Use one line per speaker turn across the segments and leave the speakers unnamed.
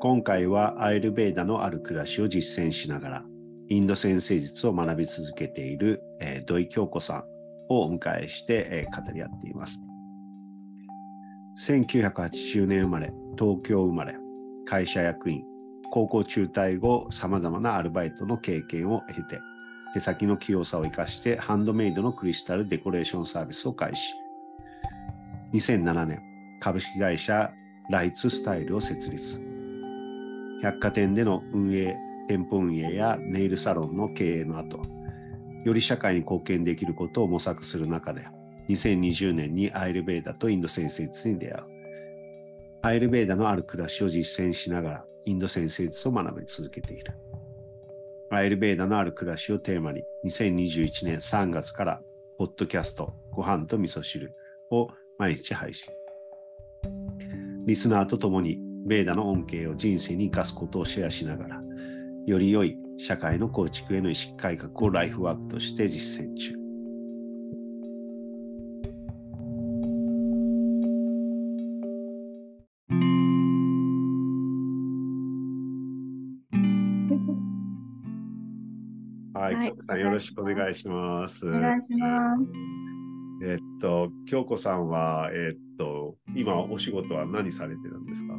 今回はアイルベーダのある暮らしを実践しながら、インド先生術を学び続けている、えー土井京子さんをお迎えして、えー語り合っています。1980年生まれ、東京生まれ、会社役員、高校中退後、さまざまなアルバイトの経験を経て、手先の器用さを生かしてハンドメイドのクリスタルデコレーションサービスを開始。2007年、株式会社ライツスタイルを設立。百貨店での運営、店舗運営やネイルサロンの経営の後、より社会に貢献できることを模索する中で、2020年にアイルベーダとインド先生術に出会う。アイルベーダのある暮らしを実践しながら、インド先生術を学び続けている。アイルベーダのある暮らしをテーマに、2021年3月から、ポッドキャスト、ご飯と味噌汁を毎日配信。リスナーと共に、ベーダの恩恵を人生に生かすことをシェアしながら、より良い社会の構築への意識改革をライフワークとして実践中。はい、
はい
京子さんよろしくお願いします。
お願いします。
えっと、京子さんは、えっと、今お仕事は何されてるんですか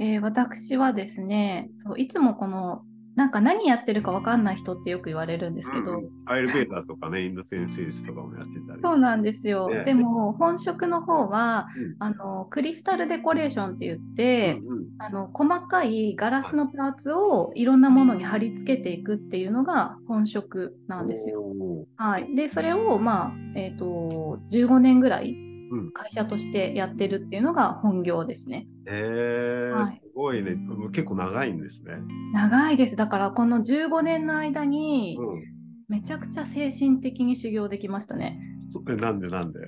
えー私はですねそう、いつもこの、なんか何やってるかわかんない人ってよく言われるんですけど、
うんアイルベーダーとかね、インド先生術とかもやってたり。
そうなんですよ。
ね
でも、本職の方は、
うん
あの、クリスタルデコレーションって言って、
うんうん
あの、細かいガラスのパーツをいろんなものに貼り付けていくっていうのが本職なんですよ。
おー
はい。で、それを、まあ、えっ、と、15年ぐらい
うん
会社としてやってるっていうのが本業ですね。
えー
はい
すごいね。もう結構長いんですね。
長いです。だから、この15年の間に、
う
めちゃくちゃ精神的に修行できましたね。
ん。そえなんでなんで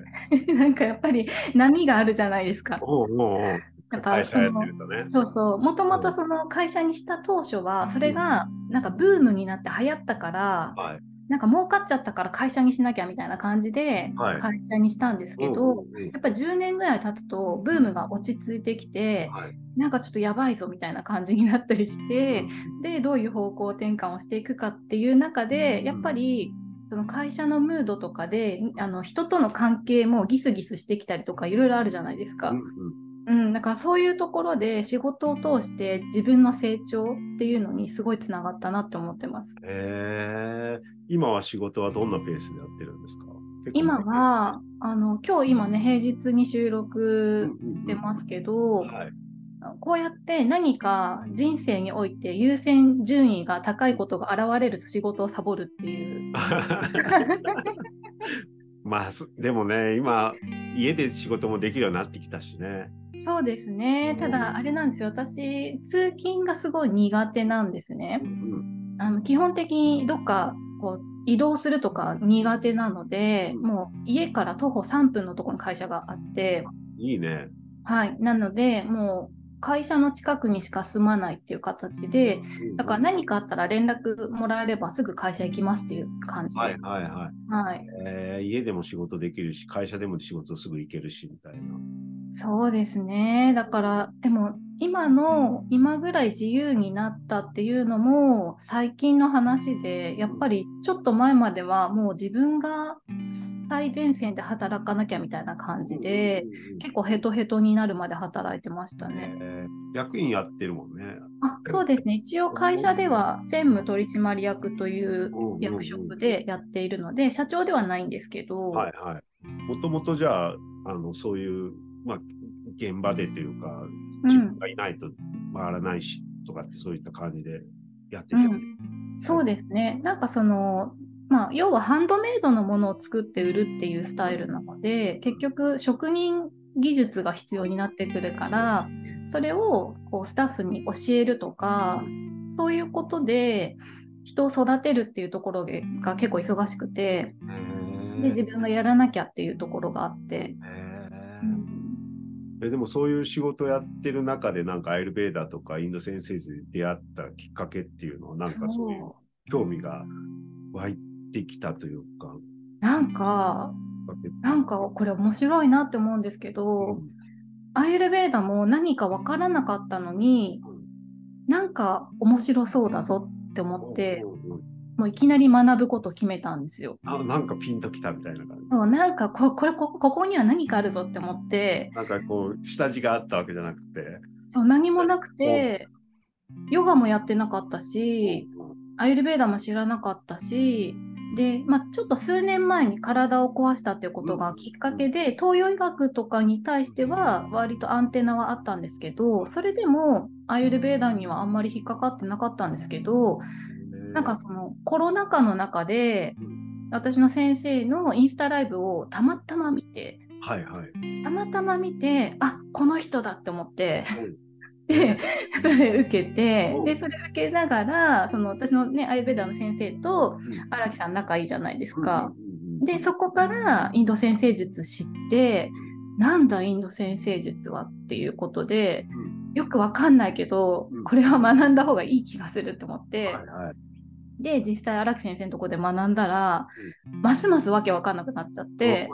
なんかやっぱり波があるじゃないですか。
おうおうおう
やっぱ
会
そ
社やっ
の
てるとね。
そうそう、もともとその会社にした当初は、それがなんかブームになって流行ったから、
はい。
なんか儲かっちゃったから会社にしなきゃみたいな感じで
はい
会社にしたんですけ
うん
ど
う、んうん
やっぱ10年ぐらい経つとブームが落ち着いてきて、
はい
なんかちょっとやばいぞみたいな感じになったりして、でどういう方向転換をしていくかっていう中でやっぱりその会社のムードとかであの人との関係もギスギスしてきたりとかいろいろあるじゃないですか
う。ん
うん、だからそういうところで仕事を通して自分の成長っていうのにすごいつながったなって思ってます。
うんえー今は仕事はどんなペースでやってるんですか結構
今はあの今日今ね平日に収録してますけど、
はい。
こうやって何か人生において優先順位が高いことが現れると仕事をサボるっていう。
まあ、すでもね、今、家で仕事もできるようになってきたしね。
そうですね。ただ、あれなんですよ。私、通勤がすごい苦手なんですね
う。ん
あの基本的にどっかこう移動するとか苦手なので、
うん
もう家から徒歩3分のところに会社があって、
うんいいね。
はい。なので、もう会社の近くにしか住まないっていう形で、だから何かあったら連絡もらえればすぐ会社行きますっていう感じで。
はいはいはい。
はい
えー家でも仕事できるし、会社でも仕事すぐ行けるしみたいな。
そうですね。だから、でも今の、今ぐらい自由になったっていうのも最近の話で、やっぱりちょっと前まではもう自分が最前線で働かなきゃみたいな感じで、
うんうん
結構ヘトヘトになるまで働いてました
うん
ね。
えー役員やってるもんね。
あ、そうですね。一応会社では専務取締役という役職でやっているので、社長ではないんですけど、
はいはい。もともとじゃあ、あのそういう、まあ、現場でというか、自分がいないと回らないしとかって、そういった感じでやってて、
うんそうですね。なんかその、まあ、要はハンドメイドのものを作って売るっていうスタイルなので、結局職人技術が必要になってくるから、それをこうスタッフに教えるとか、そういうことで人を育てるっていうところが結構忙しくて、で自分がやらなきゃっていうところがあって。
へー
うん
えでもそういう仕事やってる中でなんかアイルベーダーとかインド先生で出会ったきっかけっていうのはなんかそういう
そう
興味が湧いてきたというか、
なんか、なんかこれ面白いなって思うんですけど、アイルベーダも何か分からなかったのに、なんか面白そうだぞって思って、
うんうん
もういきなり学ぶこと決めたんですよ。
あなんかピンときたみたいな感じ。
そうなんかここれこここには何かあるぞって思って
なんかこう下地があったわけじゃなくて。
そう何もなくてヨガもやってなかったしアイルベーダも知らなかったしで、まあ、ちょっと数年前に体を壊したっていうことがきっかけで東洋医学とかに対しては割とアンテナはあったんですけどそれでもアイルベーダにはあんまり引っかかってなかったんですけどなんかそのコロナ禍の中で
う
私の先生のインスタライブをたまたま見て
はいはい。
たまたま見てあこの人だって思って
うん
でそれ受けて
うん
でそれ受けながらその私のねアイルベーダーの先生と
うん
荒木さん仲いいじゃないですか。
うんうんうん
でそこからインド先生術知ってなんだインド先生術はっていうことでよくわかんないけど
うん
これは学んだ方がいい気がすると思っ
うん
て
はいはい。
で実際荒木先生のとこで学んだらますますわけわかんなくなっちゃって。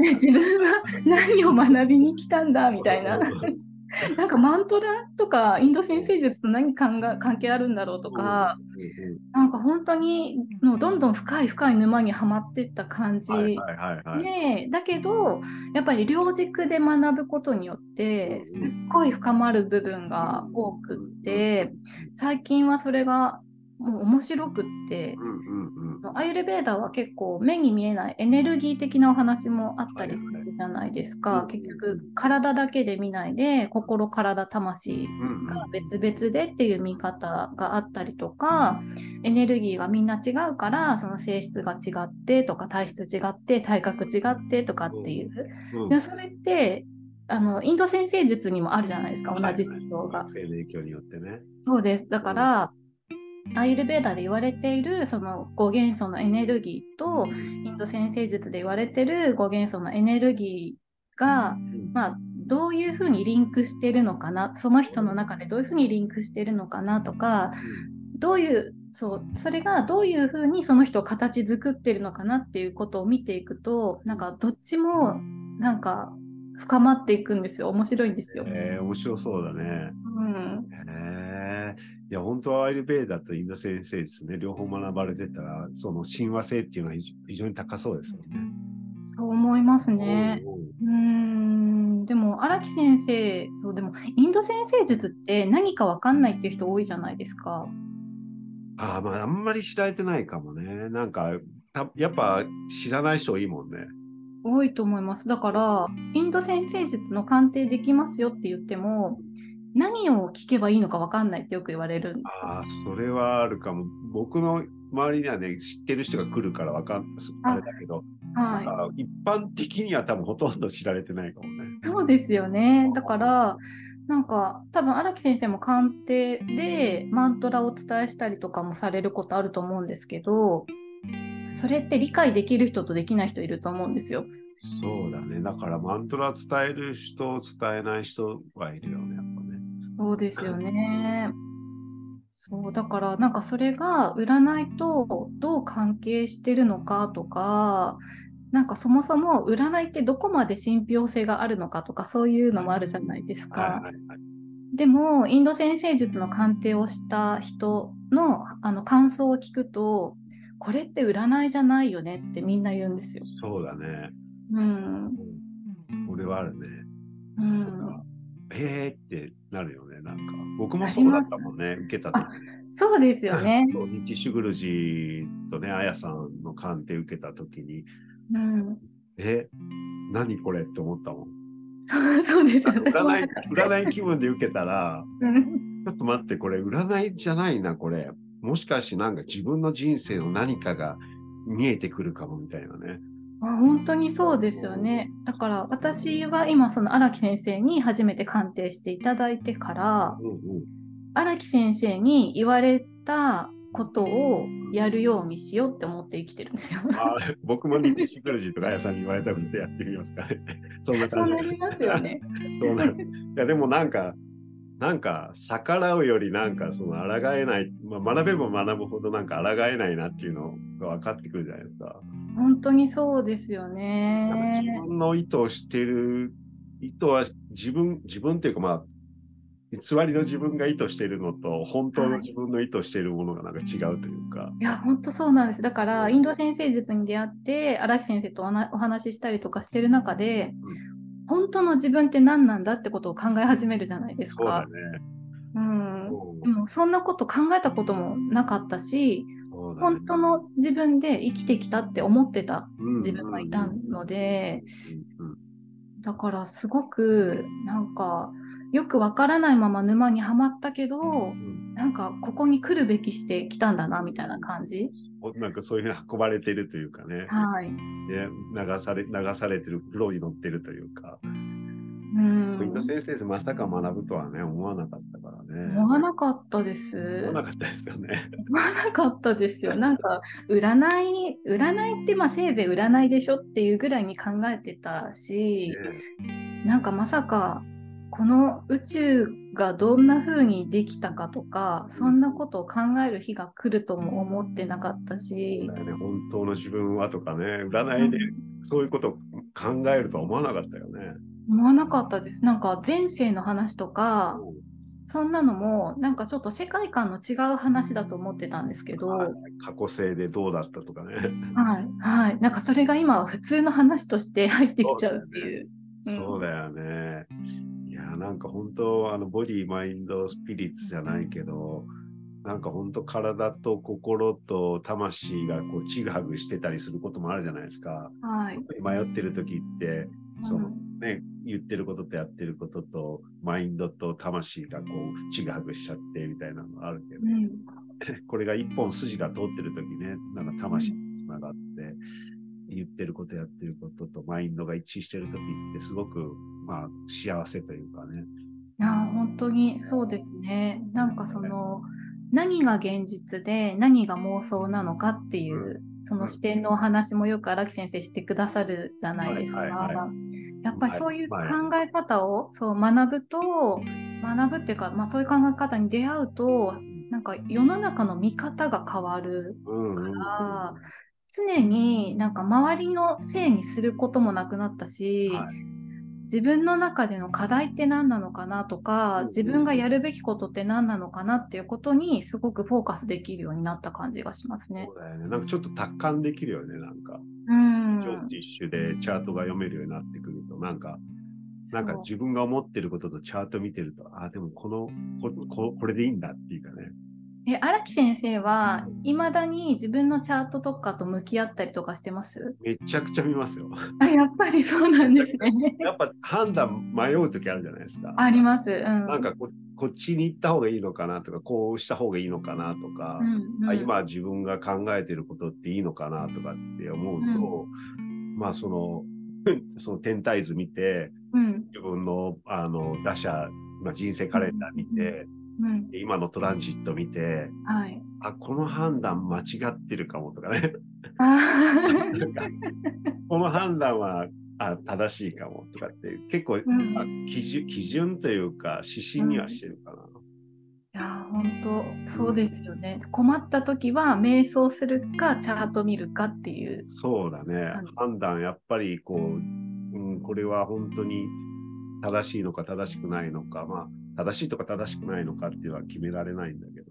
で 自分は何を学びに来たんだみたいな
うん
なんかマントラとかインド先生術と何かんが関係あるんだろうとか、
うん
なんか本当にもうどんどん深い深い沼にはまってった感じ、
うんうんはいはいはいはい。
ねだけどやっぱり両軸で学ぶことによってすっごい深まる部分が多くって最近はそれがもう面白くって
うんうんうん。
アイルベーダーは結構目に見えないエネルギー的なお話もあったりするじゃないですか、
はいはい
結局体だけで見ないで心体魂
うんうん
が別々でっていう見方があったりとかエネルギーがみんな違うからその性質が違ってとか体質違って体格違ってとかっていう、
うん
でそれってあのインド先生術にもあるじゃないですか同じ思想が。
学生の影響によってね。
そうです。だから、アイルベーダで言われているその5元素のエネルギーとインド先生術で言われている5元素のエネルギーが、
ん
まあ、どういうふうにリンクしてるのかなその人の中でどういうふうにリンクしてるのかなとかどういうそうそれがどういうふうにその人を形作ってるのかなっていうことを見ていくとなんかどっちもなんか深まっていくんですよ面白いんですよ。
えー、面白そうだね。
うん
へえいや、本当はアイルベーダーとインド先生ですね。両方学ばれてたら、その親和性っていうのは非常非常に高そうですよ
そう思います
ね。。
ね
うんうん
うーんでも荒木先生そうでもインド先生術って何かわかんないっていう人多いじゃないですか。
ああ、まあ、あんまり知られてないかもね。なんか、たやっぱ知らない人いいもんね。
多いと思いますだからインド先生術の鑑定できますよって言っても何を聞けばいいのかわかんないってよく言われるんですよ。
ああ、それはあるかも。僕の周りにはね、知ってる人が来るからわかん
あ
あれだけど、
は
あー一般的には多分ほとんど知られてないかもね。
い、そうですよねだからなんか多分荒木先生も鑑定でマントラをお伝えしたりとかもされることあると思うんですけどそれって理解できる人とできない人いると思うんですよ。
そうだね。だからマントラ伝える人、伝えない人はいるよね、やっぱね。
そうですよね。そうだからなんかそれが占いとどう関係してるのかとかなんかそもそも占いってどこまで信憑性があるのかとかそういうのもあるじゃないですか。
はいはいはい。
でもインド先生術の鑑定をした人のあの感想を聞くとこれって占いじゃないよねってみんな言うんですよ。
そうだね。
うん、
それはあるね。
うん、
えーってなるよね、なんか。僕もそうだったもんね、受けた時。
そうです
。
よね
そう日シグルジーとね、あやさんの鑑定受けた時に、
うん、
え、何これって思ったもん。
そう そうですよ私も
占い、占い気分で受けたら、
うん
ちょっと待って、これ占いじゃないな、これ。もしかしてなんか自分の人生の何かが見えてくるかもみたいなね。
あ本当にそうですよね。だから私は今その荒木先生に初めて鑑定していただいてから
うんうん。
荒木先生に言われたことをやるようにしようって思って生きてるんですよ。
あー僕も日シグルジーとかあやさんに言われたことでやってみますか ね。そんな
そう
感じ
なりますよね。
そうなる。いやでもなんか、なんか逆らうよりなんかその抗えない、まあ、学べば学ぶほどなんか抗えないなっていうのが分かってくるじゃないですか。
本当にそうですよ
なんか
ね。
自分の意図をしてる、意図は自分、自分というかまあ、偽りの自分が意図しているのと本当の自分の意図しているものがなんか違うというか、
いや本当そうなんですだからインド先生術に出会って荒木先生とおなお話ししたりとかしてる中で、本当の自分って何なんだってことを考え始めるじゃないです
そうだ
か。
ね。
うん、
うん
でもそんなこと考えたこともなかったし
そうだね
本当の自分で生きてきたって思ってた自分がいた
うん
ので
うんうん
だからすごくなんかよくわからないまま沼にはまったけど
うん
なんかここに来るべきして来たんだなみたいな感じ。
おなんかそういうふうに運ばれてるというかね、
はい、
ね流され流されてる、プロに乗ってるというか、
う
イ
ん
ンド先生ですまさか学ぶとはね、思わなかったからね。
思わなかったです。
思わなかったですよ ね。
思わなかったですよ。なんか占い占いってまあせいぜい占いでしょっていうぐらいに考えてたし、なんかまさかこの宇宙がどんな風にできたかとか、そんなことを考える日が来るとも思ってなかったし
だ。よね本当の自分はとかね、占いでそういうことを考えるとは思わなかったよね。
思わなかったです。なんか前世の話とか、そんなのもなんかちょっと世界観の違う話だと思ってたんですけど、
は
はい
過去性でどうだったとかね。
い、はい、なんかそれが今は普通の話として入ってきちゃうっていう。うん
そうだよね。いや、なんか本当、あのボディ、マインド、スピリッツじゃないけど、なんか本当、体と心と魂がこうちぐはぐしてたりすることもあるじゃないですか。
はい。
迷ってる時って、その
うん
ね、言ってることとやってることと、マインドと魂がこうちぐはぐしちゃってみたいなのあるけど、
うん、
これが一本筋が通ってる時ね、なんか魂につながって、言ってることやってることとマインドが一致してる時ってすごく、まあ、幸せというかね。
いや本当にそうですね。なんかその何が現実で何が妄想なのかっていうその視点のお話もよく荒木先生してくださるじゃないですか。
はいはい
やっぱりそういう考
はい
え方をそう学ぶと学ぶっていうか、まあ、そういう考え方に出会うとなんか世の中の見方が変わる
うんうん、
あ常になんか周りのせいにすることもなくなったし、
は
自分の中での課題って何なのかなと
うんう
か
ん
自分がやるべきことって何なのかなっていうことにすごくフォーカスできるようになった感じがしますね
そ。うだよね。なんかちょっと達観できるよね、なんか。
うん
ジョッジッシュでチャートが読めるようになってくると、なんか、なんか
そう
自分が思ってることとチャート見てると、ああ、でもこのここ、これでいいんだっていうかね。
え荒木先生はいまだに自分のチャートとかと向き合ったりとかしてます
めちゃくちゃ見ますよ。
あやっぱりそうなんです ね。
やっぱ判断迷う時あるじゃないですか。
あります。うん、
なんかここっちに行った方がいいのかなとか、こうした方がいいのかなとか
う、んうん
あ今自分が考えてることっていいのかなとかって思うと、まあその その天体図見て
うん
自分のあの打者、まあ、人生カレンダー見て、
うん、
で今のトランジット見て
はい。
あこの判断間違ってるかもとかね
あー
なんかこの判断はあ正しいかもとかって結構、
ん
あ基準基準というか指針にはしてるかな。
いやー本当そうですよね、困った時は瞑想するかチャート見るかっていう
そうだね
感じ。
判断、やっぱりこう、うん、これは本当に正しいのか正しくないのか、まあ、正しいとか正しくないのかっていうのは決められないんだけど、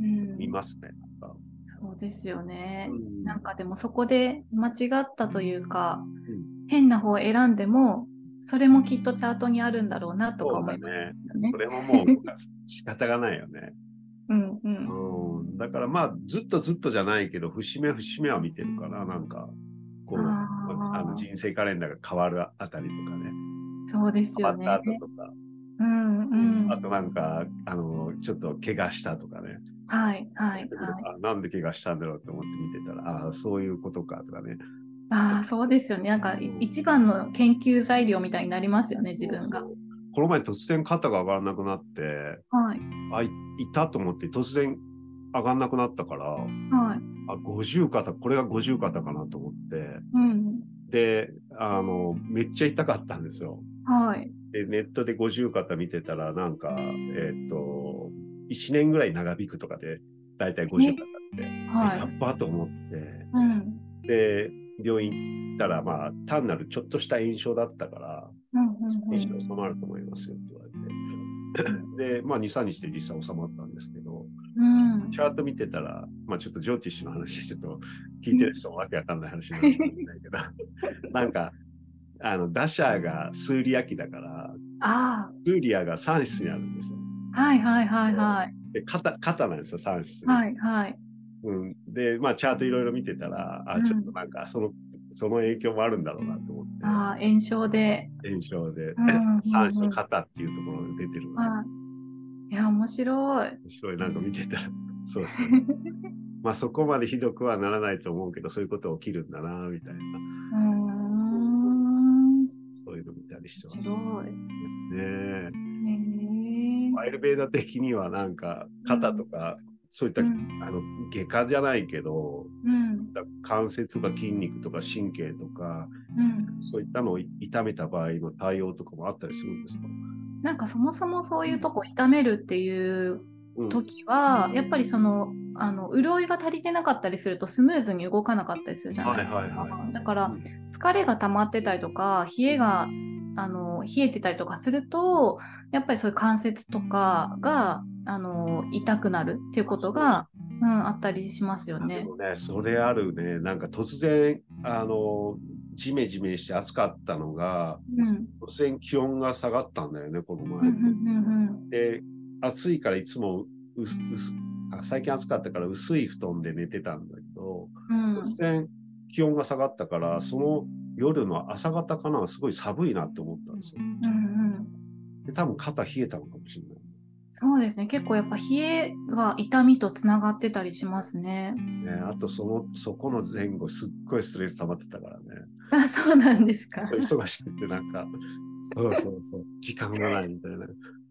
うん
見ますね。やっ
そうですよ
ぱ
ね、
うん
なんかでもそこで間違ったというか、
ん
変な方を選んでもそれもきっとチャートにあるんだろうなとか思いますよね
そ。れももう仕方がないよね。
うんうん
うん、だからまあ、ずっとずっとじゃないけど、節目節目は見てるから、なんか、こう、
あー
あの人生カレンダーが変わるあたりとかね、
そうです
変わ
よ
っ
ね。
た後とか、
うんうん、
あとなんか、あの、ちょっと怪我したとかね。
はいはいはい。
あなんで怪我したんだろうと思って見てたら、ああ、そういうことかとかね。
ああそうですよね。なんかい一番の研究材料みたいになりますよね自分が
そ。うこの前突然肩が上がらなくなって、
はい
あ、いいたと思って突然上がらなくなったから、
はい。
あ、50肩、これが50肩かなと思って、
うん
で、あの、めっちゃ痛かったんですよ。
はい。
で、ネットで50肩見てたら、なんか、えーっと、1年ぐらい長引くとかで、だいたい50肩って、や
は
っぱと思って、
い。うん。
で、病院行ったら、まあ、単なるちょっとした炎症だったから、
うんうんうん
一生収まると思いますよって言われて、で、まあ、2、3日で実際収まったんですけど、
うん
チャート見てたら、まあ、ちょっとジョーティッシュの話、ちょっと聞いてる人もわけわかんない話になるかもしれないけ ど、なんか、あの、ダシャーが数理焼きだから、
あ
数理アが3室にあるんですよ。
あはいはいはいはい
で、肩、肩なんですよ、3室。
はいはい
うん、で、まあ、チャートいろいろ見てたら、
う
あ、
ん
ちょっとなんか、その、その影響もあるんだろうなと思っ
ああ炎症で
て、炎症で、
うんうんうん
3室の肩っていうところで出てるので、
はいいや面白い
面白い、なんか見てたら、そうですね。まあ、そこまでひどくはならないと思うけど、そういうこと起きるんだな、みたいな。
うーん面
そういうの見たりしてます。ね
白い
え。
ね
アイルベーダ的にはなんか肩とか、そういった、
うん
あの外科じゃないけど
うん
関節とか筋肉とか神経とか
うん
そういったのを痛めた場合の対応とかもあったりするんですか、
なんかそもそもそういうとこ痛めるっていう
うん、
時はやっぱりそのあの潤いが足りてなかったりするとスムーズに動かなかったりするじゃないですか、
はいはいは
だから疲れが溜まってたりとか冷えがあの冷えてたりとかするとやっぱりそういう関節とかがあの痛くなるっていうことが、うん、あったりしますよ
で
ね。
もねそれあるねなんか突然あのジメジメして暑かったのが
うん
突然気温が下がったんだよねこの
うんう
前。
んうん
で暑いからいつもう薄薄あ最近暑かったから薄い布団で寝てたんだけど、
うんうん
突然気温が下がったから、その夜の朝方かな、すごい寒いなって思ったんですよ。
うんうん
で多分肩冷えたのかもしれ
そうですね結構やっぱ冷えは痛みとつながってたりしますね。
ない。ね、あとその、そこの前後、すっごいストレス溜まってたからね。
あそうなんですか。
そう忙しくて、なんか、そうそうそう、時間がないみたいな。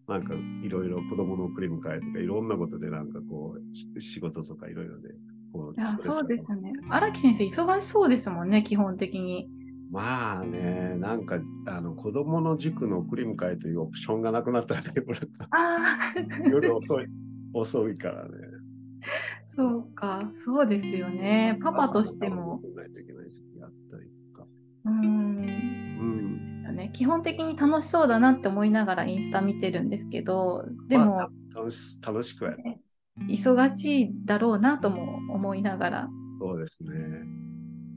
なんか、いろいろ子供の送り迎えとか、いろんなことで、なんかこう、し仕事とかいろいろで、こう、
いや
ストレス
そう
が溜まっ
ですね。荒木先生、忙しそうですもんね、基本的に。
まあね、なんか、あの、子供の塾の送り迎えというオプションがなくなった らね、これ
ああ、
夜遅い、遅いからね。
そうか、そうですよね。パパとしても。。
ないといけない時があったりとか。
うん、
うん。
ですよね。基本的に楽しそうだなって思いながらインスタ見てるんですけど、でも、
まあた楽し、楽しくはやっ
忙しいだろうなとも思いながら。
そうですね。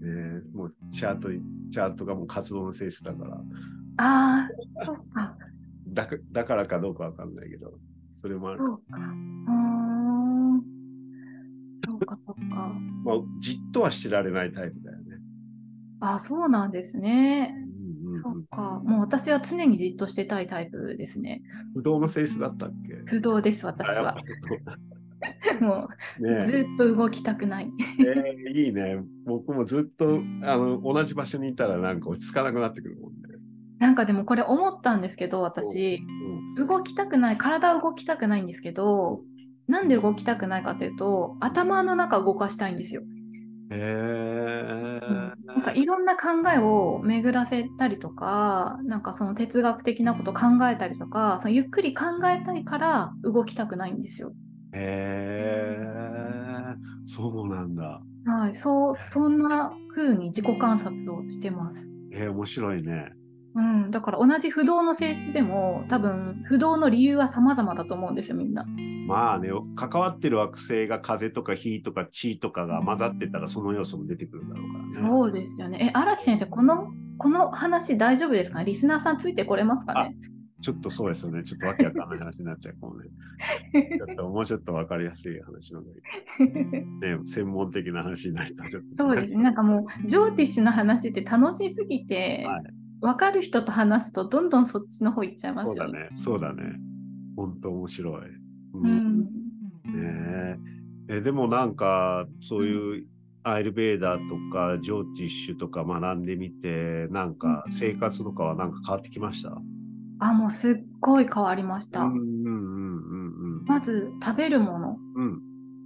ねもうチャート、チャートがもう活動の性質だから、
ああ、そうか、
だかだからかどうかわかんないけど、それもある。
そうか。うーん。そうか、そうか。
まあ、じっとはしてられないタイプだよね。
あそうなんですね。
うんうん、
そううんか。もう私は常にじっとしてたいタイプですね。
不動の性質だったっけ
不動です、私は。。もう、
ね
ずっと動きたくない。
えーいいね。僕もずっとあの同じ場所にいたらなんか落ち着かなくなってくるもんね。
なんかでもこれ思ったんですけど、私、動きたくない、体動きたくないんですけど、なんで動きたくないかというと、頭の中動かしたいんですよ。
へえ
なんかいろんな考えを巡らせたりとか、なんかその哲学的なこと考えたりとか、そのゆっくり考えたいから動きたくないんですよ。
へえそうなんだ。
はい、そう、そんな風に自己観察をしてます。
えー、面白いね。
うん、だから同じ不動の性質でも多分不動の理由は様々だと思うんですよみんな。
まあね、関わってる惑星が風とか火とか地とかが混ざってたらその要素も出てくるだろうからね。
そうですよね。え荒木先生このこの話大丈夫ですかねリスナーさんついてこれますかね
ちょっとそうですよね。ちょっとわけわかんない話になっちゃうかもね。ちょっともうちょっとわかりやすい話なのに。ね、専門的な話になるとちょっと、
そうですね。なんかもうジョーティッシュの話って楽しすぎて、
はい
分かる人と話すとどんどんそっちの方行っちゃいま
そう
す
だ
よ
ね。そうだね。本当面白い。う
うんん、
ねええでもなんかそういうアイルベーダーとかジョーティッシュとか学んでみてなんか生活とかはなんか変わってきました
あもうすっごい変わりました。
うんうんうんうん
まず食べるもの
うん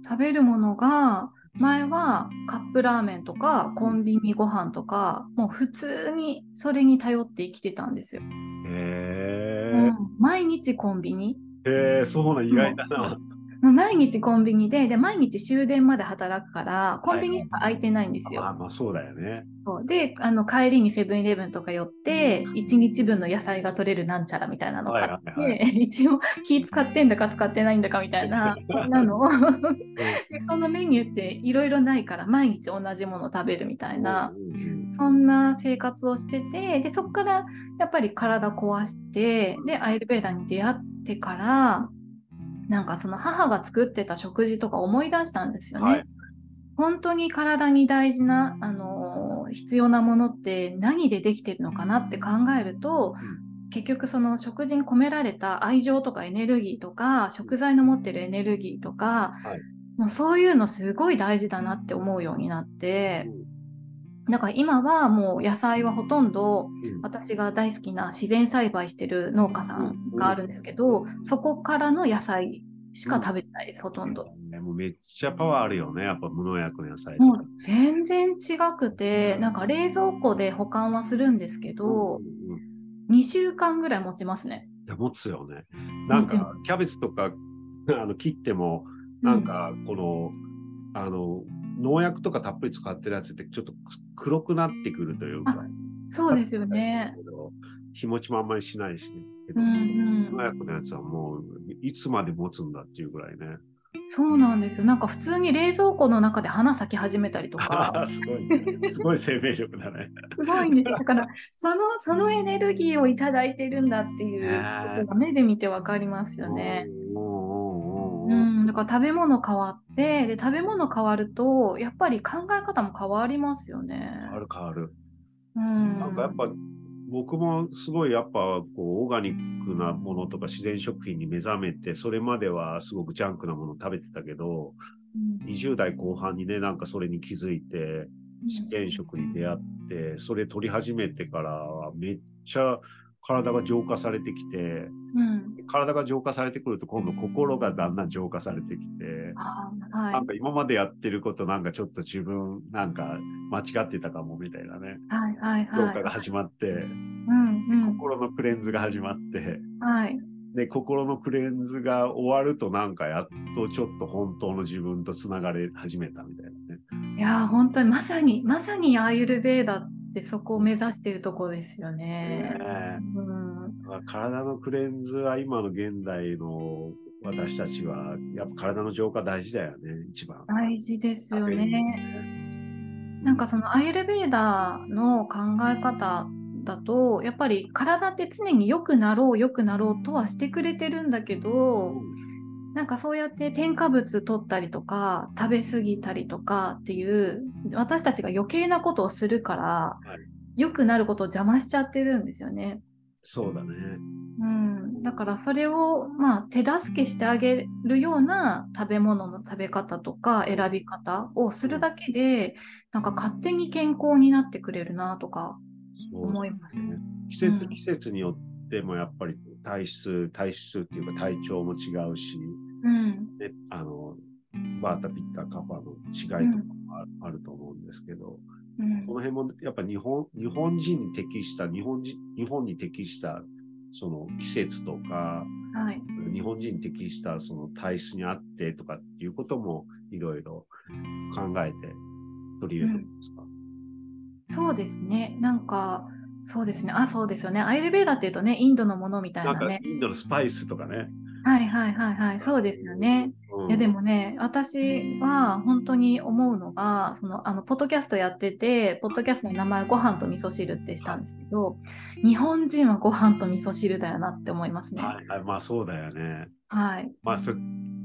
食べるものが前はカップラーメンとかコンビニご飯とかもう普通にそれに頼って生きてたんですよ。
へえ
うん毎日コンビニ
へえそうなん意外だな
もう毎日コンビニでで毎日終電まで働くからコンビニしか空いてないんですよ。
まあまあそうだよね。
そうであの帰りにセブンイレブンとか寄って1日分の野菜が取れるなんちゃらみたいなの買って、
はいはいは
一応気使ってんだか使ってないんだかみたいなそんなのをでそのメニューっていろいろないから毎日同じものを食べるみたいな。
うんうん
そんな生活をしててでそこからやっぱり体壊してでアイルベーダーに出会ってからなんかその母が作ってた食事とか思い出したんです
う
よ
ん
ね。
はい。
本当に体に大事な、あのー必要なものって何でできてるのかなって考えると、結局その食事に込められた愛情とかエネルギーとか食材の持ってるエネルギーとか、
はい
もうそういうのすごい大事だなって思うようになって、だから今はもう野菜はほとんど
うん
私が大好きな自然栽培してる農家さんがあるんですけど、そこからの野菜しか食べてないです、ほとんど。
ねもうめっちゃパワーあるよね。やっぱ無農薬の野菜と
もう
か。
全然違くてなんか冷蔵庫で保管はするんですけど
う、んうん
2週間ぐらい持ちますね。
いや持つよね。なん
持ち
か
ます
キャベツとか あの切ってもなんかこの、あの農薬とかたっぷり使ってるやつってちょっとく黒くなってくるというか。
うん、そうですよね。。
日持ちもあんまりしないし、ね。け
う
ど
ん
農
うん、
薬のやつはもういつまで持つんだっていうぐら いね。
そうなんですよなんか普通に冷蔵庫の中で花咲き始めたりとか
すごい、ね、すごい生命力だね。
すごいんですだからそのそのエネルギーをいただいてるんだっていうことが目で見てわかりますよね。
おーおーおーお
う
ー
ん、だから食べ物変わってで食べ物変わるとやっぱり考え方も変わりますよね。
変わる変わる。
うん、
なんかやっぱ僕もすごいやっぱこうオーガニックなものとか自然食品に目覚めてそれまではすごくジャンクなものを食べてたけど
うん
20代後半にねなんかそれに気づいて自然食に出会ってそれ取り始めてからはめっちゃ体が浄化されてきて
うん、
体が浄化されてくると今度心がだんだん浄化されてきて
あ
な
は
んか今までやってることなんかちょっと自分なんか間違ってたかもみたいなね
いはいはいはい
浄
は
化
い。
が始まって
うん
心のクレンズが始まって
うん。はい。
で心のクレンズが終わるとなんかやっとちょっと本当の自分とつながれ始めたみたいなね。
いやー本当にまさにまさにアーユルベーダってそこを目指してるとこですよね。
ね
うん。
えまあ体のクレンズは今の現代の私たちはやっぱ体の浄化大事だよね一番。
大事ですよ
食べる
ね。なんかそのアーユルベーダの考え方だとやっぱり体って常に良くなろう良くなろうとはしてくれてるんだけどなんかそうやって添加物取ったりとか食べ過ぎたりとかっていう私たちが余計なことをするから、良くなることを邪魔しちゃってるんですよね。
そうだね。
うん、だからそれを、まあ、手助けしてあげるような食べ物の食べ方とか選び方をするだけでなんか勝手に健康になってくれるなとか
そう
思います。
季
う
節
ん
季節によってもやっぱり体質体質っていうか体調も違うし、
うん、
ね、あのバータピッタカバの違いとかもある,、あると思うんですけど
うん
この辺もやっぱ日本日本人に適した日本人日本に適したその季節とか
はい
日本人に適したその体質にあってとかっていうこともいろいろ考えて取り入れてるんですか、
そうですね。なんか、そうですね。あ、そうですよね。アイルベーダっていうとね、インドのものみたい
なん
な
か
ね。
インドのスパイスとかね。
はいはいはいはい。そうですよね。
うん
いやでもね、私は本当に思うのが、そのあのポッドキャストやってて、ポッドキャストの名前、ご飯と味噌汁ってしたんですけど、日本人はご飯と味噌汁だよなって思いますね。
はいはい、まあそうだよね。
はい、
まあそ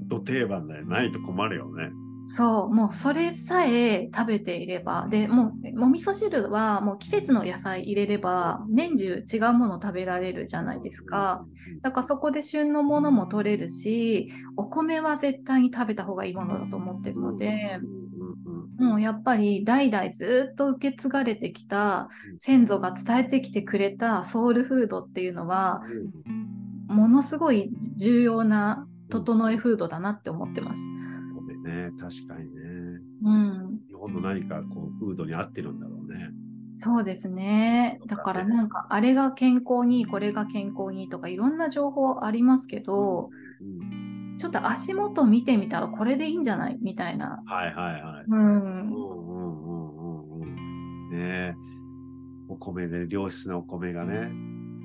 ど定番だよ。ないと困るよね。
そう、もうそれさえ食べていれば、でもう、もう味噌汁はもう季節の野菜入れれば、年中違うもの食べられるじゃないですか。だからそこで旬のものも取れるし、お米は絶対に食べた方がいいものだと思ってる
うんうんうん。
ので、
うんうん
もうやっぱり代々ずっと受け継がれてきた先祖が伝えてきてくれたソウルフードっていうのは、
うん
ものすごい重要な整えフードだなって思ってます。
ごめんね、確かにね。
うん、
日本の何かこう、フードに合ってるんだろうね。
そうですね。だからなんか、あれが健康にいい、これが健康にいいとか、いろんな情報ありますけど、
うん
ちょっと足元見てみたらこれでいいんじゃないみたいな。
はいはいはい。
うん
う、んうんうんうんうん。ねえ。お米で、良質なお米がね、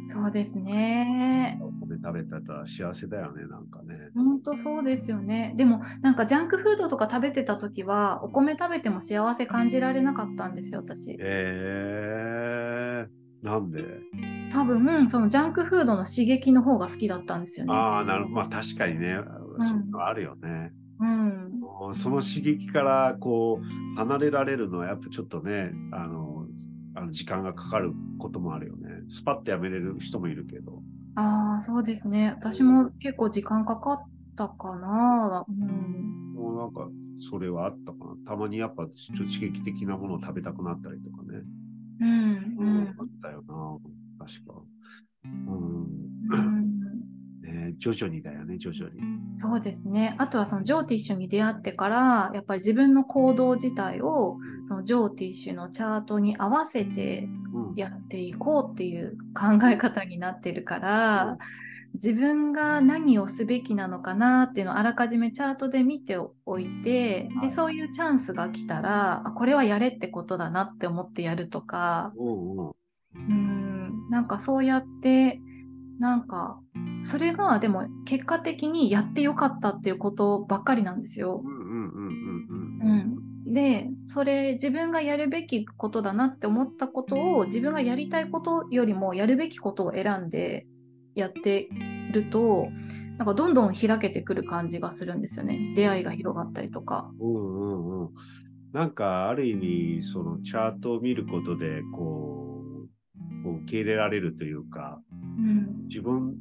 そうですね。
お米食べたら幸せだよね、なんかね。
本当そうですよね。でもなんかジャンクフードとか食べてた時はお米食べても幸せ感じられなかったんですよ私。
えー、なんで
多分そのジャンクフードの刺激の方が好きだったんですよね。
ああ、なるほど。まあ確かにね、そういうのあるよね。
うん、
もうその刺激からこう離れられるのはやっぱちょっとね、あの、あの時間がかかることもあるよね。スパッとやめれる人もいるけど。
ああそうですね。私も結構時間かかったかな。うん、
もうなんか、それはあったかな。たまにやっぱちょっと刺激的なものを食べたくなったりとかね。
うん、う
あ
ん
ったよな、確か。うん。
うん。
ね、徐々にだよね、徐々に。
そうですね。あとはそのジョーティッシュに出会ってからやっぱり自分の行動自体をそのジョーティッシュのチャートに合わせて
うん。
やっていこうっていう考え方になってるから、自分が何をすべきなのかなっていうのをあらかじめチャートで見ておいて
はい
でそういうチャンスが来たらあこれはやれってことだなって思ってやるとか
うんうん。
うんなんかそうやってなんかそれがでも結果的にやってよかったっていうことばっかりなんですよ。
うんうんうんうん
う
うん。
んでそれ自分がやるべきことだなって思ったことを自分がやりたいことよりもやるべきことを選んでやってるとなんかどんどん開けてくる感じがするんですよね出会いが広がったりとか。
うんうんうん。なんか、ある意味、そのチャートを見ることで、こう、こう受け入れられるというか、
うん、
自分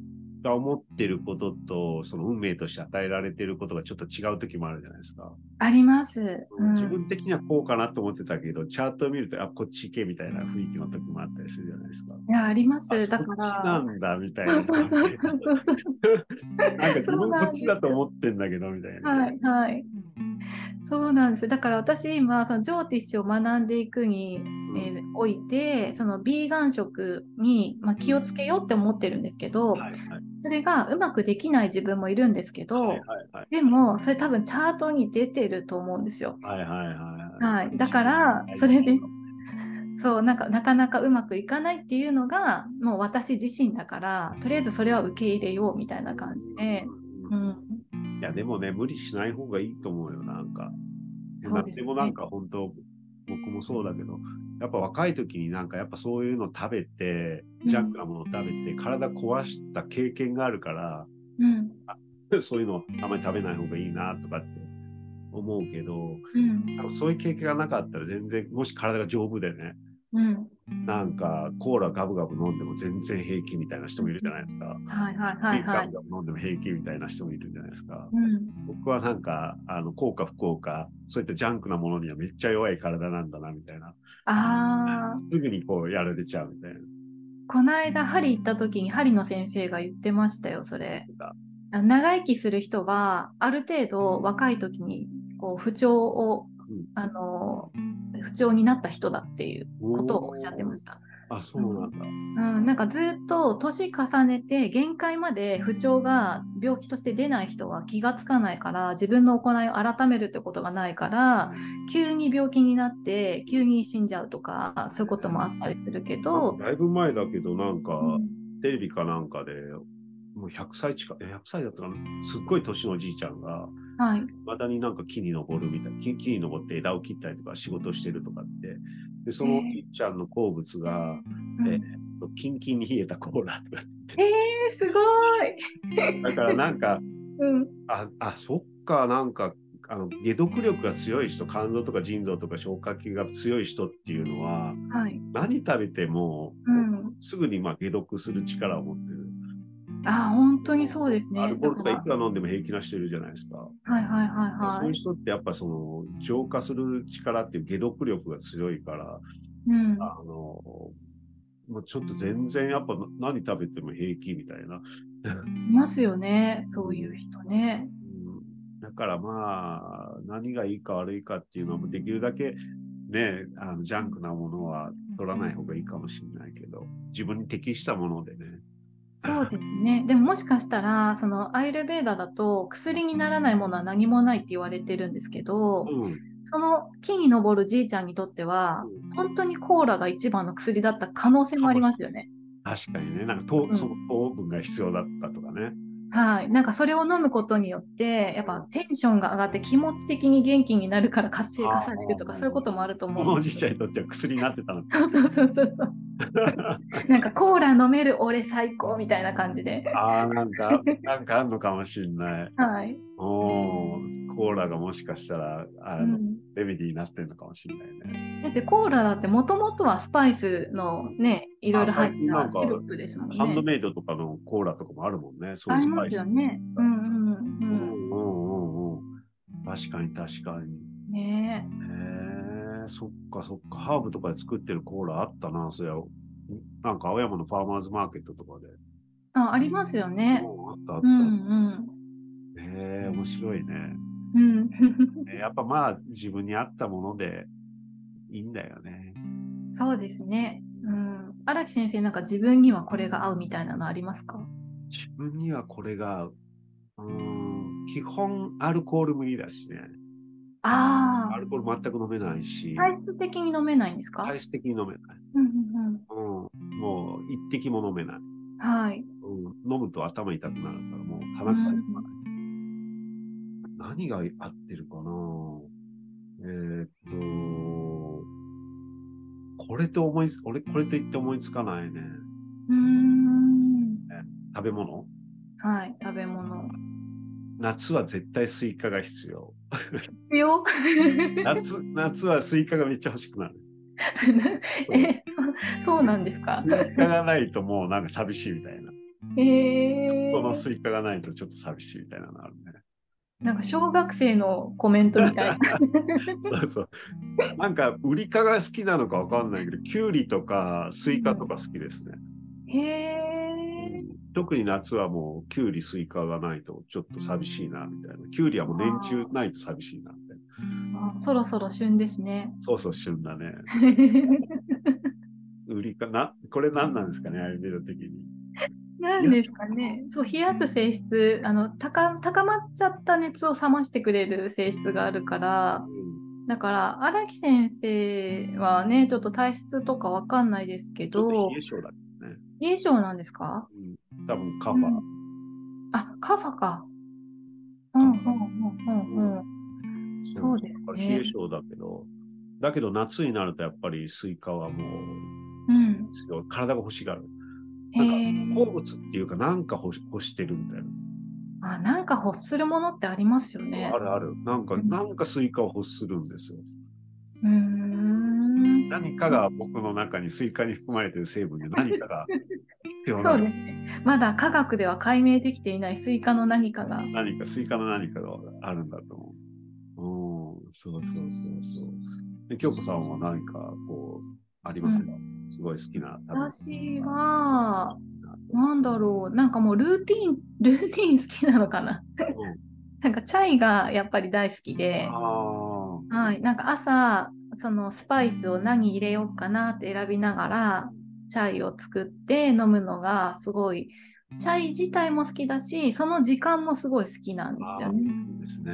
が思ってることと、その運命として与えられてることがちょっと違う時もあるじゃないですか。
あります。うん
自分的にはこうかなと思ってたけど、チャートを見ると、あ、こっち行けみたいな雰囲気の時もあったりするじゃないですか。
いやありま
あ
すだか
そっちな
ら。
んだみたいな。
そうそうそうそうそうそう
なんか自
そう
分
なん
こ
です
っちだと思ってんだけどみたいな。
はいはい。そうなんです。だから私今そのジョーティッシュを学んでいくに、
うん
えーおいてそのビーガン食に、まあ、気をつけようって思ってるんですけど、
はいはい
それがうまくできない自分もいるんですけど、
はいはい
でもそれ多分チャートに出てると思うんですよ。
はいはいはいはい。
はい、だからそれでそうなんかなかなかうまくいかないっていうのがもう私自身だからとりあえずそれは受け入れようみたいな感じで、
うん
うん、
いやでもね、無理しない方がいいと思うよ、なんか。
そうです
で
ね
もなんか本当、僕もそうだけど、やっぱ若い時になんかやっぱそういうの食べて、
うん
ジャンクなもの食べて、体壊した経験があるから、
うん
そういうのあまり食べない方がいいなとかって思うけど、
うん
多分そういう経験がなかったら全然、もし体が丈夫でね、
うん
なんかコーラガブガブ飲んでも全然平気みたいな人もいるじゃないですか。
はいはいはいは
ガ
い
ブ。ガブ飲んでも平気みたいな人もいるじゃないですか。
うん
僕はなんか、あの、効果不効果、そういったジャンクなものにはめっちゃ弱い体なんだな、みたいな。
ああ、
すぐにこうやられちゃうみたいな。
この間、針行った時に針の先生が言ってましたよ、それ
言ってた。
あ長生きする人は、ある程度若い時にこう不調を、
うん
あのー、不調になった人だっていうことをおっしゃってました。
あ、そうなんだ。
うん、なんかずっと年重ねて限界まで不調が病気として出ない人は気がつかないから自分の行いを改めるってことがないから急に病気になって急に死んじゃうとかそういうこともあったりするけど、
だいぶ前だけど、なんか、
うん
テレビかなんかで、もう100歳近い、え100歳だったかな、すっごい年のおじいちゃんが、
はい、
まだになんか木に登るみたいな、木木に登って枝を切ったりとか仕事してるとかって、で、そのおじいちゃんの好物が、
うん
えキンキンに冷えたコーラと か
えー、すごい、
だからなんか、
うん
あ、あ、そっか、なんか、あの、解毒力が強い人、肝臓とか腎臓とか消化器が強い人っていうのは、
はい
何食べても、
うん、
すぐにまあ解毒する力を持ってる。
あー本当にそうですね。
アルコールとかい
だ
くら飲んでも平気な人いるじゃないですか。
はいはいはい
そう
は
いう
い。
人ってやっぱその浄化する力っていう解毒力が強いから、
うん、
あの、もうちょっと全然やっぱ何食べても平気みたいな。
いますよね、そういう人ね。
うんだからまあ、何がいいか悪いかっていうのは、できるだけね、あのジャンクなものは取らない方がいいかもしれないけど、自分に適したものでね。
そうですね。でももしかしたら、そのアイルベーダだと薬にならないものは何もないって言われてるんですけど、
うん、
その木に登るじいちゃんにとっては、本当にコーラが一番の薬だった可能性もありますよね。
確かにね、なんか糖,、
うん
その糖分が必要だったとかね。
はい。なんかそれを飲むことによって、やっぱテンションが上がって気持ち的に元気になるから活性化されるとか、
あー
そういうこともあると
こ
思う
の
ん
じ
で
い
す
ちゃん
け
にとっては薬になってたの。
ど。そうそうそう そう。なんかコーラ飲める俺最高みたいな感じで。
ああ、なん か、なんかあんのかもしれない。
はい。
おーコーラがもしかしたら、あ
う
の、
ん
レメディーになってるのかもしれないね。
だってコーラだってもともとはスパイスのねいろいろ入
あ
っ
最近なん
た
か
シロップですもんね。
ハンドメイドとかのコーラとかもあるもんね。そう
あ
いう
り
スパ
ま
イ
す
ス
よ。ね。うんうんう
うん
ん
うんうんうん。確かに確かに。
うん。ねえ
へえ、そっかそっか。ハーブとかで作ってるコーラあったな、そりゃ。なんか青山のファーマーズマーケットとかで。
あありますよね。
うんあったあっ
う
た。
ん
へえ、面白いね。
うん。うん、
えやっぱまあ自分に合ったものでいいんだよね。
そうですね。うん、荒木先生なんか自分にはこれが合うみたいなのありますか
自分にはこれが合う。うーん基本アルコール無理だしね。
あ
ア
あ
ルコール全く飲めないし、
体質的に飲めないんですか、
体質的に飲めない。
うんうん
うん、もう一滴も飲めない、
うん、はい
うん。飲むと頭痛くなるから、もう鼻から痛くなる何が合ってるかなえーっと、これと思いつ、俺、これと言って思いつかないね。
うーん
食べ物
はい食べ物
夏は絶対スイカが必 要。
必要
夏、夏はスイカがめっちゃ欲しくなる。
えそそうなんですか
スイカがないともうなんか寂しいみたいな。
え
この
ー、
スイカがないとちょっと寂しいみたいなのある ね。
なんか小学生のコメントみたい な。
そうそう。なんか、売りかが好きなのかわかんないけど、キュウリとかスイカとか好きですね。
へえ。
特に夏はもう、キュウリ、スイカがないとちょっと寂しいな、みたいな。キュウリはもう年中ないと寂しいな、みたいな。
あ、そろそろ旬です ね。
そうそう、旬だね。売りかな、これ何なんですかね、アイデア的に。
なんですかね。そう冷やす性質、あの高高まっちゃった熱を冷ましてくれる性質があるから、だから荒木先生はね、ちょっと体質とかわかんないですけ
ちょっと
ど
冷え、性だ、
冷え性なんですか？
うん。多分カ
う
ファ
んあ、カファか。うんうんうんうんうん。そうですね
冷え性だけど、だけど夏になるとやっぱりスイカはも
うん。
う、体が欲しがる。
へえ。
なんか好物っていうか、なんか欲し欲してるみたいな。
あ、なんか欲するものってありますよね
あ。るある。なんか、
うん
なんかスイカを欲するんですよ。
うーん。
何かが僕の中にスイカに含まれてる成分で何かが必要な
そうですね。まだ科学では解明できていないスイカの何かが。
何か、スイカの何かがあるんだと思う。うん、そうそうそうそう。で、京子さんは何かこう、ありますか、すごい好きな食べ物
私は、なんだろう、なんかもうルーティン、ルーティン好きなのかな。なんかチャイがやっぱり大好きで、
あ
はい、なんか朝、そのスパイスを何入れようかなって選びながら、チャイを作って飲むのがすごい、チャイ自体も好きだし、その時間もすごい好きなんで
あ
す
ー
よね。
ですね。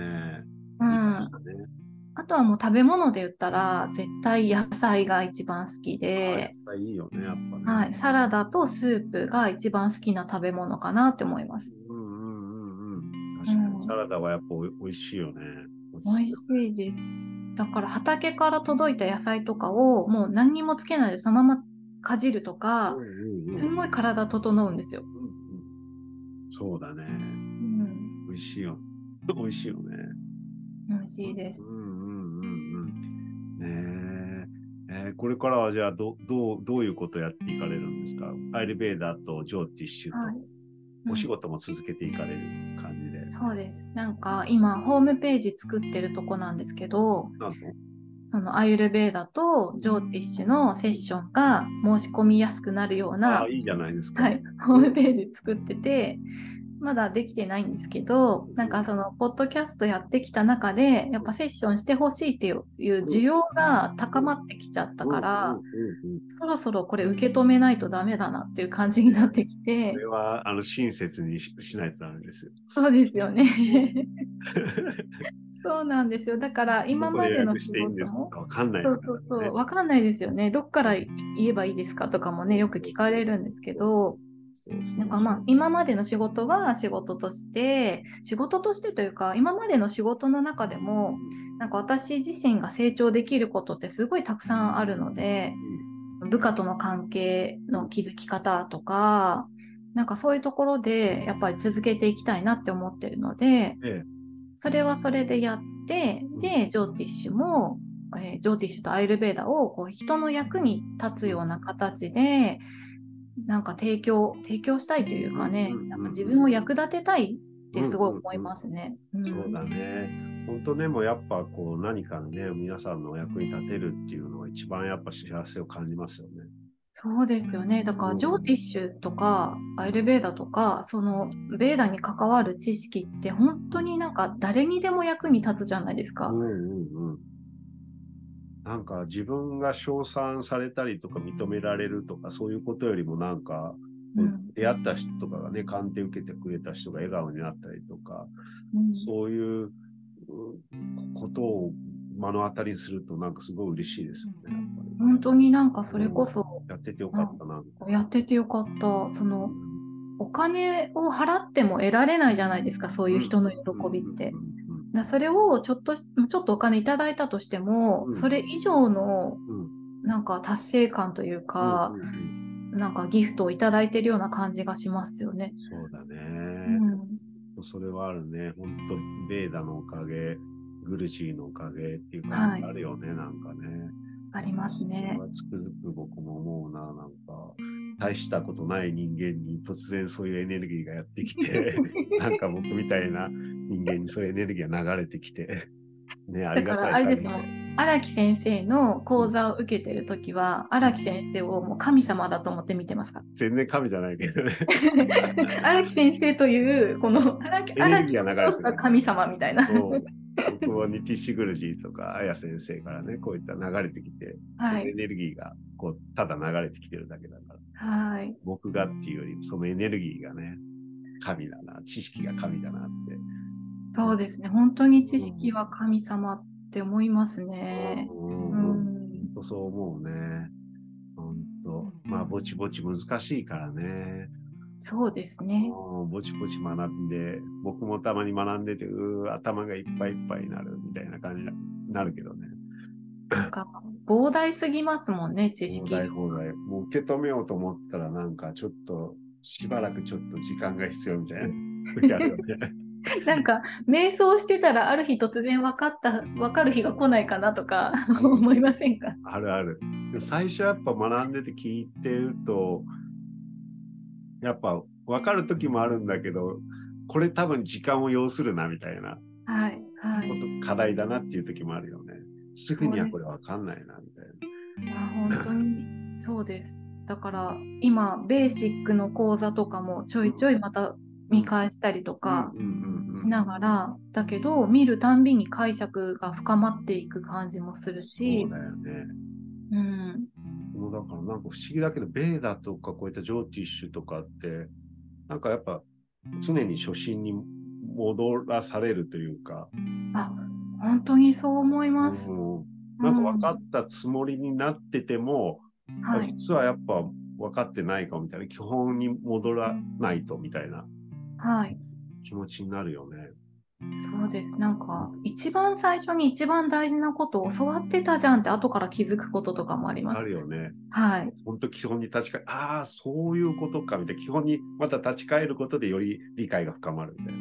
う
いいで
ん。
すね
あとはもう食べ物で言ったら絶対野菜が一番好き
あ
で、
野菜いいよね、やっぱね。
はい、サラダとスープが一番好きな食べ物かなって思います。
うんうんうんうん。確か
うん
にサラダはやっぱおい美味しいよね。
美味しいです。だから畑から届いた野菜とかをもう何にもつけないでそのままかじるとか
うん、うんうん
すんごい体整うんですよ。
うんうんそうだね。
うん、
美味しいよ。美味しいよね。
美味しいです
う。んうんうんうん。ねええーこれからはじゃあどどうどういうことやっていかれるんですかアイルベーダーとジョーティッシュと、
はいうん
お仕事も続けていかれる感じで。
そうです。なんか今ホームページ作ってるとこなんですけど、
なんと
そのアユルベーダとジョーティッシュのセッションが申し込みやすくなるような
ああ、いいじゃないですか。
はい、ホームページ作ってて、まだできてないんですけどなんかそのポッドキャストやってきた中でやっぱセッションしてほしいっていう需要が高まってきちゃったからそろそろこれ受け止めないとダメだなっていう感じになってき
そ
て
れはあの親切にししないとダメです。
そうですよ ねそうなんですよだから今まで
どこ
の
予約
仕
していいんです
事
か
も
わかんない
そ
からね
うそうそう、わかんないですよね。どっから言えばいいですかとかもね、よく聞かれるんですけど、
そうそう
なんかまあ、今までの仕事は仕事として、仕事としてというか、今までの仕事の中でも、なんか私自身が成長できることってすごいたくさんあるので、部下との関係の築き方とか、なんかそういうところでやっぱり続けていきたいなって思ってるので、
ええ
それはそれでやってでジョーティッシュも、えージョーティッシュとアイルベーダをこう人の役に立つような形でなんか提供提供したいというかね
うんうんうん
なんか自分を役立てたいってすごい思いますね。うん
そうだね。本当でもやっぱこう何かね、皆さんのお役に立てるっていうのが一番やっぱ幸せを感じますよね。
そうですよねだか
う
ら
ん
ジョーティッシュとかアイルベーダとかそのベーダに関わる知識って本当になんか誰にでも役に立つじゃないですか。
うんうんうん。なんか自分が称賛されたりとか認められるとかそういうことよりもなんか、
うん
出会った人とかがね、鑑定受けてくれた人が笑顔になったりとか、
うん
そういううんことを目の当たりにするとなんかすごい嬉しいですよね。やっぱり
本当になんかそれこそ
やっててよかったな。
やっててよかったそのお金を払っても得られないじゃないですかそういう人の喜びって。
うんうん
だそれをちょっとしちょっとお金いただいたとしても、
うん
それ以上の
うんうん
なんか達成感というか
うん、うんうん
なんかギフトをいただいてるような感じがしますよね。
そうだね、
うん
それはあるね。本当ベーダのおかげ、グルジーのおかげっていう感じがあるよね、なんかね。
あります
それ
ね。
はつくづく僕も思うな、なんか。大したことない人間に突然そういうエネルギーがやってき て、なんか僕みたいな人間にそういうエネルギーが流れてきて、ね、あ
だ
り
か
がたい
らあれです
限
よ
り
荒木先生の講座を受けてる時は荒木先生をもう神様だと思って見てますから。
全然神じゃないけど ね。
荒木先生というこの荒木
エネ
荒
ル
木
ギーが流
こ
れ
そ
て
が
る。
神様みたいな。
そう僕もニティシグルジーとか、あや先生からね、こういった流れてきて、
はい
そのエネルギーがこうただ流れてきてるだけだから、
はい。
僕がっていうより、そのエネルギーがね、神だな、知識が神だなって。
そうですね。本当に知識は神様って思いますね。
うん
う
本
ん。
当そう思うね。本当まあ、ぼちぼち難しいからね。
そうですね。
うんぼちぼち学んで、僕もたまに学んでて、うー頭がいっぱいいっぱいになるみたいな感じになるけどね。
なんか膨大すぎますもんね、知
放
識。
題放題。もう受け止めようと思ったら、なんかちょっと、しばらくちょっと時間が必要みたいな時あるよね。
なんか瞑想してたらある日突然分かった分かる日が来ないかなとか思いませんか。
あるある。でも最初やっぱ学んでて聞いてると、やっぱ分かる時もあるんだけど、これ多分時間を要するなみたいな
はいは
こ
い。
と、課題だなっていう時もあるよね。すぐにはこれ分かんないなみたいな。
いや本当にそうです。だから今ベーシックの講座とかもちょいちょいまた見返したりとか。
うんうんうんうん
しながらだけど見るたんびに解釈が深まっていく感じもするし
そうだよね。
うん、
もうだからなんか不思議だけど、ベーダとかこういったジョーティッシュとかって、なんかやっぱ常に初心に戻らされるというか、
あ本当にそう思います。
うんなんか分かったつもりになってても、
うんはい
実はやっぱ分かってないかもみたいな、基本に戻らないとみたいな
はい
気持ちになるよね。
そうですなんか一番最初に一番大事なことを教わってたじゃんって後から気づくこととかもありま
あ
す。
るよね。
はい、
本当基本に立ち返る、ああ、そういうことかみたいな、基本にまた立ち返ることでより理解が深まるみたいな。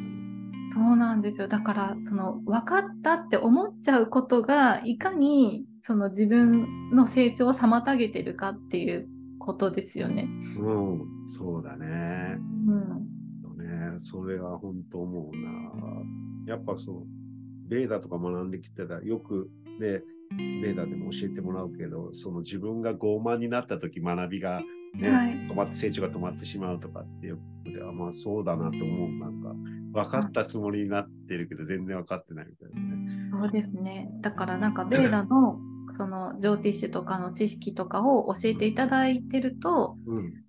そうなんですよだからその分かったって思っちゃうことがいかにその自分の成長を妨げてるかっていうことですよね。
うん、そうだね。
うん
ね、それは本当思うな。やっぱそう、ベーダとか学んできてたら、よくね、ベーダでも教えてもらうけど、その自分が傲慢になった時学びがね、
はい
止まって成長が止まってしまうとかってよく聞では、まあそうだなと思う。なんか、分かったつもりになってるけど、全然分かってないみたいなね。
そうですね。だからなんかベーダのそのジョーティッシュとかの知識とかを教えていただいてると、
うん。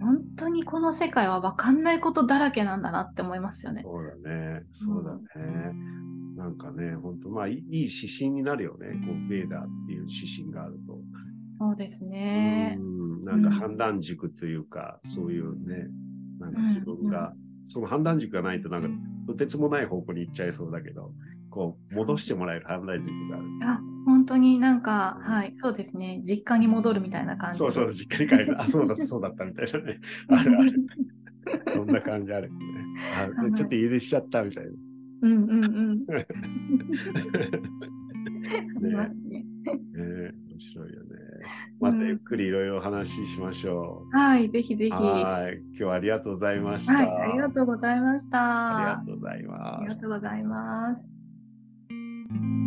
本当にこの世界は分かんないことだらけなんだなって思いますよね。
そうだね。そうだね。なんかね、本当まあいいいい指針になるよね。こう、ベーダーっていう指針があると。
そうですね。
うんなんか判断軸というか、そういうね、なんか自分が、その判断軸がないと、なんかとてつもない方向に行っちゃいそうだけど、こう、戻してもらえる判断軸がある。
あ、本当になんか、はい、そうですね。実家に戻るみたいな感じ。
そうそう、実家に帰 る。あ、そうだった、そうだったみたいなね。あるある。そんな感じあるよね。あ
はい
でちょっと家出しちゃった みたいな。
うんうんうん。あり
ね
ますね。
ね面白いよね。またゆっくりいろいろお話ししましょ
はい、ぜひぜ
う。
ひ。は
はい。今日はありがとうございまし
い、
た。
ありがとうございまし
あ
た。
りがとうござい
あ
ま
りが
す。
とうございます。